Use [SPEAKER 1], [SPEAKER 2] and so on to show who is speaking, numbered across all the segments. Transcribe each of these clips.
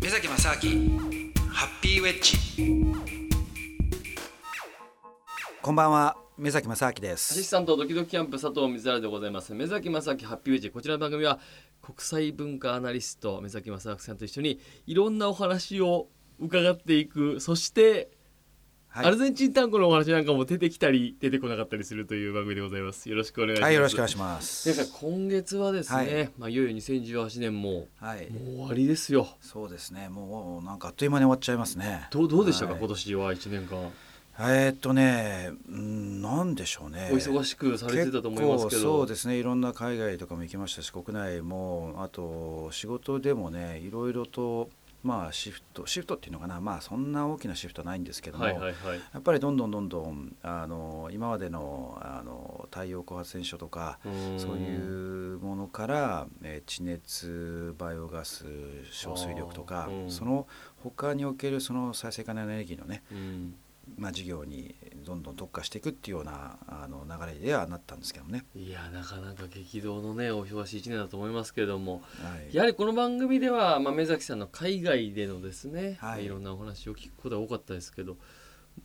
[SPEAKER 1] 目崎正明ハッピーウェッジこんばんは目崎正明で
[SPEAKER 2] アシス
[SPEAKER 1] す
[SPEAKER 2] タントドキドキキャンプ佐藤水原でございます目崎正明ハッピーウェッジこちらの番組は国際文化アナリスト目崎正明さんと一緒にいろんなお話を伺っていくそして、
[SPEAKER 1] は
[SPEAKER 2] アルゼンチン単語のお話なんかも出てきたり出てこなかったりするという番組でございますよろしくお願いします、
[SPEAKER 1] はいよろしくお願い
[SPEAKER 2] し
[SPEAKER 1] しま
[SPEAKER 2] ます
[SPEAKER 1] す
[SPEAKER 2] 今月はですね、
[SPEAKER 1] はい
[SPEAKER 2] いまあ、いよいよ2018年も
[SPEAKER 1] はい
[SPEAKER 2] もう終わりですよ
[SPEAKER 1] そうですねもうなんかあっという間に終わっちゃいますね
[SPEAKER 2] どうどうでしたか、
[SPEAKER 1] はい
[SPEAKER 2] 今年は1年間
[SPEAKER 1] えーっとねうんなんでしょうね
[SPEAKER 2] お忙しくされてたと思いますけ
[SPEAKER 1] 結構
[SPEAKER 2] ど
[SPEAKER 1] そうですねいろんな海外とかも行きましたし国内もあと仕事でもねいろいろとまあシフトシフトっていうのかなまあそんな大きなシフトはないんですけども、
[SPEAKER 2] はいはいはい、
[SPEAKER 1] やっぱりどんどんどんどんあの今までのあの太陽光発電所とか
[SPEAKER 2] うん
[SPEAKER 1] そういうものから、えー地熱バイオガス小水力とか
[SPEAKER 2] あーうん
[SPEAKER 1] その他におけるその再生可能エネルギーのね
[SPEAKER 2] うん
[SPEAKER 1] まあ、事業にどんどん特化していくっていうようなあの流れではなったんですけどね。
[SPEAKER 2] いやなかなか激動のねお忙しい1年だと思いますけれども
[SPEAKER 1] はい、
[SPEAKER 2] やはりこの番組では、まあ、目崎さんの海外でのですね、
[SPEAKER 1] はい
[SPEAKER 2] い、ろんなお話を聞くことが多かったですけど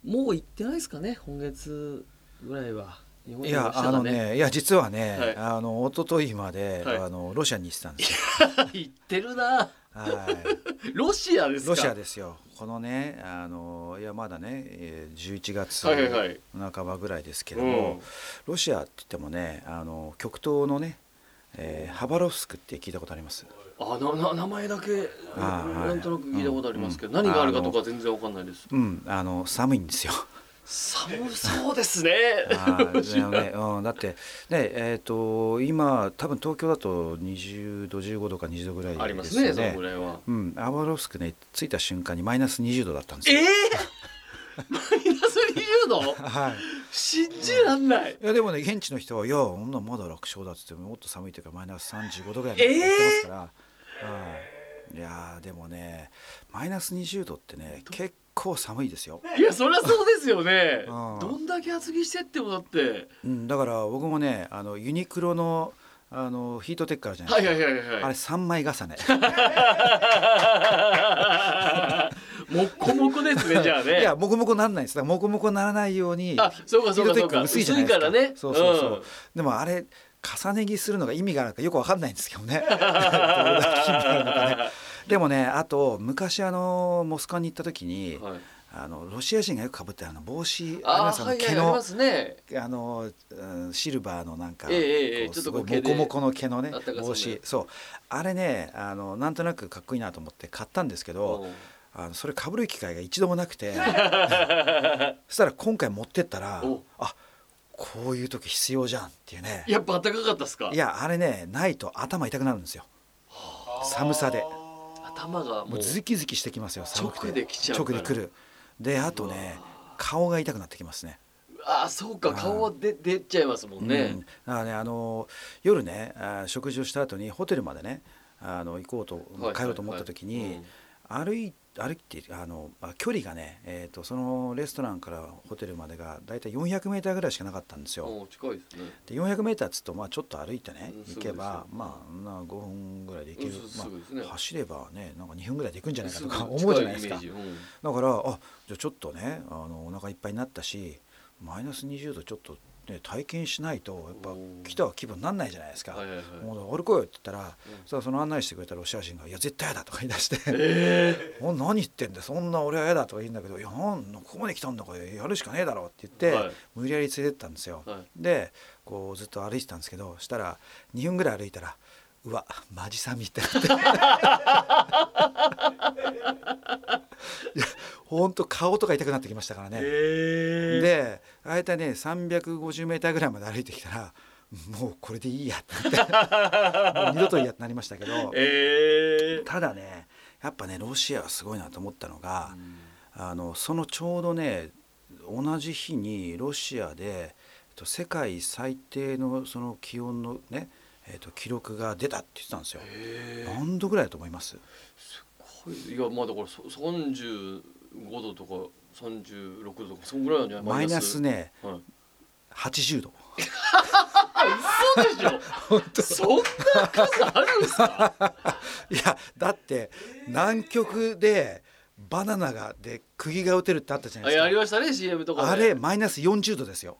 [SPEAKER 2] もう行ってないですかね今月ぐらいは日本
[SPEAKER 1] い
[SPEAKER 2] にい
[SPEAKER 1] や
[SPEAKER 2] ました
[SPEAKER 1] あ
[SPEAKER 2] か
[SPEAKER 1] の
[SPEAKER 2] ね
[SPEAKER 1] ねいや実はね、
[SPEAKER 2] はい
[SPEAKER 1] あの一昨日まで、
[SPEAKER 2] はい
[SPEAKER 1] あのロシアに行ってたんですよ。
[SPEAKER 2] 行ってるな
[SPEAKER 1] はい、
[SPEAKER 2] ロシアですか
[SPEAKER 1] ロシアですよ。このねあのいやまだねえー11月
[SPEAKER 2] はいはいはい
[SPEAKER 1] 半ばぐらいですけ
[SPEAKER 2] け
[SPEAKER 1] れども、ロシアって言ってもねあの極東のね、えーハバロフスクって聞いたことあります。
[SPEAKER 2] あなな名前だけ
[SPEAKER 1] あーはい
[SPEAKER 2] なんとなく聞いたことありますけど、
[SPEAKER 1] うん
[SPEAKER 2] 何があるかとか全然わかんないです
[SPEAKER 1] うんあの寒いん ですよ。
[SPEAKER 2] 寒そうですね
[SPEAKER 1] あーでもねうん、だって、ねえー、と今多分東京だと20度15度か20度ぐら
[SPEAKER 2] あ
[SPEAKER 1] い
[SPEAKER 2] りま
[SPEAKER 1] ですす
[SPEAKER 2] ね
[SPEAKER 1] よ
[SPEAKER 2] その
[SPEAKER 1] ね
[SPEAKER 2] ぐ。らいは
[SPEAKER 1] うん、アバロフスクね着いた瞬間にマイナス20度だったんです
[SPEAKER 2] え
[SPEAKER 1] よ。
[SPEAKER 2] え マイナス20度
[SPEAKER 1] はい、
[SPEAKER 2] 信じらんない、
[SPEAKER 1] いやでもね現地の人は「いやそんなまだ楽勝だ」っつってもっと寒いというかマイナス35度ぐらいになってますから、うんいやーでもねマイナス20度ってね結構寒いですよ、
[SPEAKER 2] いやそりゃそうですよね
[SPEAKER 1] うん
[SPEAKER 2] どんだけ厚着してってもだって
[SPEAKER 1] うん、だから僕もねあのユニクロのあのヒートテックあるじゃない
[SPEAKER 2] は
[SPEAKER 1] です
[SPEAKER 2] い
[SPEAKER 1] か、
[SPEAKER 2] はいはいはい
[SPEAKER 1] あれ3枚重ね。
[SPEAKER 2] もっこもこですねじゃあね
[SPEAKER 1] いやモコモコなんないですだからモコモコならないように
[SPEAKER 2] あそうかそうかそ
[SPEAKER 1] ヒート
[SPEAKER 2] うか
[SPEAKER 1] テック薄いじゃないですか
[SPEAKER 2] 薄いからね
[SPEAKER 1] そうそうそう、
[SPEAKER 2] ん
[SPEAKER 1] でもあれ重ね着するのが意味があるのかよくわかんないんですけどね どれだけ意味があるのかねでもねあと昔あのモスクワに行った時に、
[SPEAKER 2] はい
[SPEAKER 1] あのロシア人がよくかぶってるあの帽子皆
[SPEAKER 2] あー
[SPEAKER 1] さん
[SPEAKER 2] は
[SPEAKER 1] の
[SPEAKER 2] いは
[SPEAKER 1] 毛
[SPEAKER 2] いあり
[SPEAKER 1] の、
[SPEAKER 2] ますね
[SPEAKER 1] あの、うんシルバーのなんか、
[SPEAKER 2] ええええ
[SPEAKER 1] こう
[SPEAKER 2] ちょ
[SPEAKER 1] す
[SPEAKER 2] っと
[SPEAKER 1] ご
[SPEAKER 2] こ
[SPEAKER 1] いうモコモコの毛のね帽
[SPEAKER 2] 毛であった
[SPEAKER 1] 子
[SPEAKER 2] か
[SPEAKER 1] そうあれねあのなんとなくかっこいいなと思って買ったんですけど、
[SPEAKER 2] うん
[SPEAKER 1] あのそれかぶる機会が一度もなく てそしたら今回持ってったら
[SPEAKER 2] お
[SPEAKER 1] あこういう時必要じゃんっていうね
[SPEAKER 2] やっぱ暖かかったっすか
[SPEAKER 1] いやあれねないと頭痛くなるんですよ寒さで
[SPEAKER 2] 頭がも
[SPEAKER 1] も
[SPEAKER 2] う
[SPEAKER 1] うズキズキしてきますよ寒くて
[SPEAKER 2] 直で来ちゃうか
[SPEAKER 1] 直
[SPEAKER 2] ら
[SPEAKER 1] で来るであとね顔が痛くなってきますね
[SPEAKER 2] あーそうか顔はで出ちゃいますもん
[SPEAKER 1] うん
[SPEAKER 2] ね
[SPEAKER 1] だからねあの夜ねあ食事をした後にホテルまでねあの行こうと
[SPEAKER 2] はい
[SPEAKER 1] 帰ろうと思った時
[SPEAKER 2] はいは
[SPEAKER 1] に
[SPEAKER 2] い
[SPEAKER 1] 歩い歩いてあのあ距離がね、えー、とそのレストランからホテルまでが大体400メーターぐらいしかなかったんです
[SPEAKER 2] うん
[SPEAKER 1] よ。
[SPEAKER 2] もう近いですね
[SPEAKER 1] で400メーターっつうとまあちょっと歩いてね
[SPEAKER 2] うん
[SPEAKER 1] 行
[SPEAKER 2] すぐです
[SPEAKER 1] け
[SPEAKER 2] よ
[SPEAKER 1] ばまあな5分ぐらいで行ける
[SPEAKER 2] うんすすぐですね
[SPEAKER 1] まあ、走ればねなんか2分ぐらいで行くんじゃないかと
[SPEAKER 2] す
[SPEAKER 1] か
[SPEAKER 2] ぐ
[SPEAKER 1] 思うじゃないですか
[SPEAKER 2] 近イメージうん
[SPEAKER 1] だからあじゃあちょっとねあのお腹いっぱいになったしマイナス20度ちょっと、ね、体験しないとやっぱ
[SPEAKER 2] おー
[SPEAKER 1] 来た気分になんないじゃないですか。
[SPEAKER 2] はいはいはい
[SPEAKER 1] もう歩こうよって言ったら、さあその案内してくれたロシア人が「いや絶対嫌だ」とか言い出して 「
[SPEAKER 2] え
[SPEAKER 1] お何言ってんだよそんな俺は嫌だ」とか言うんだけど「いやなんここまで来たんだからやるしかねえだろ」って言って、
[SPEAKER 2] はい
[SPEAKER 1] 無理やり連れてったんですよ。
[SPEAKER 2] えはい
[SPEAKER 1] でこうずっと歩いてたんですけどしたら2分ぐらい歩いたら「うわマジ寒い」ってなってい やほんと顔とか痛くなってきましたからね。
[SPEAKER 2] え
[SPEAKER 1] で大体ね 350m ぐらいまで歩いてきたらもうこれでいいやってなってもう二度といいやってなりましたけど
[SPEAKER 2] え
[SPEAKER 1] ただねやっぱねロシアはすごいなと思ったのが、あのそのちょうどね同じ日にロシアでえっと世界最低のその気温のね、えっと、記録が出たって言ってたんですよ。何度ぐらいだと思います
[SPEAKER 2] いやまあだからそ35度とか36度とかそんぐらいなんじゃない
[SPEAKER 1] マイナスね
[SPEAKER 2] はい
[SPEAKER 1] 80度。
[SPEAKER 2] あ嘘でしょ
[SPEAKER 1] 本当
[SPEAKER 2] そんな数あるんですか
[SPEAKER 1] いやだって南極でバナナがで釘が打てるってあったじゃな
[SPEAKER 2] あ
[SPEAKER 1] い
[SPEAKER 2] い
[SPEAKER 1] です
[SPEAKER 2] やあり
[SPEAKER 1] か
[SPEAKER 2] ましたね CM とかで
[SPEAKER 1] あれマイナス40度ですよ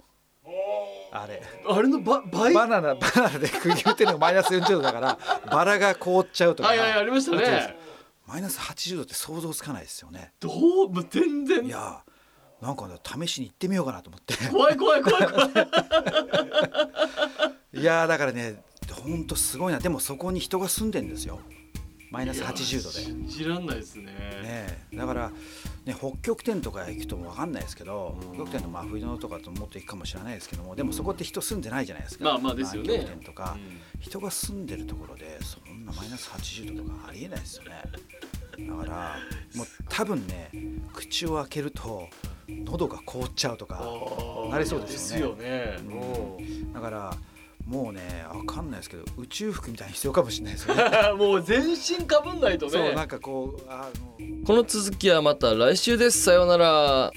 [SPEAKER 1] あれ
[SPEAKER 2] あれのば倍
[SPEAKER 1] バナナバナナで釘打てるのがマイナス40度だからバラが凍っちゃうとか
[SPEAKER 2] はいはいありましたね
[SPEAKER 1] マイナス80度って想像つかないですよね
[SPEAKER 2] どうもう全然
[SPEAKER 1] いやなんかね試しに行ってみようかなと思って
[SPEAKER 2] 怖い怖い怖い怖い
[SPEAKER 1] いやーだからねほんとすごいなでもそこに人が住んでんですよ マイナス80度で
[SPEAKER 2] 信じらんないですね
[SPEAKER 1] ねえだから、ね、北極点とか行くと分かんないですけど、
[SPEAKER 2] うん
[SPEAKER 1] 北極点の真冬のとかともっと行くかもしれないですけどもでもそこって人住んでないじゃないですか、
[SPEAKER 2] まあまあですよね
[SPEAKER 1] 南極点とか、
[SPEAKER 2] う
[SPEAKER 1] 人が住んでるところでそんなマイナス80度とかありえないですよねだからもう多分ね口を開けると喉が凍っちゃうと
[SPEAKER 2] ん
[SPEAKER 1] か
[SPEAKER 2] あー
[SPEAKER 1] なりそうですよ
[SPEAKER 2] ですよねも
[SPEAKER 1] だからもうね分かんないですけど宇宙服みたいに必要かもしれないですよ ね
[SPEAKER 2] う もう全身かぶんないと
[SPEAKER 1] そう
[SPEAKER 2] ね
[SPEAKER 1] なんかこうあの
[SPEAKER 2] この続きはまた来週ですさようなら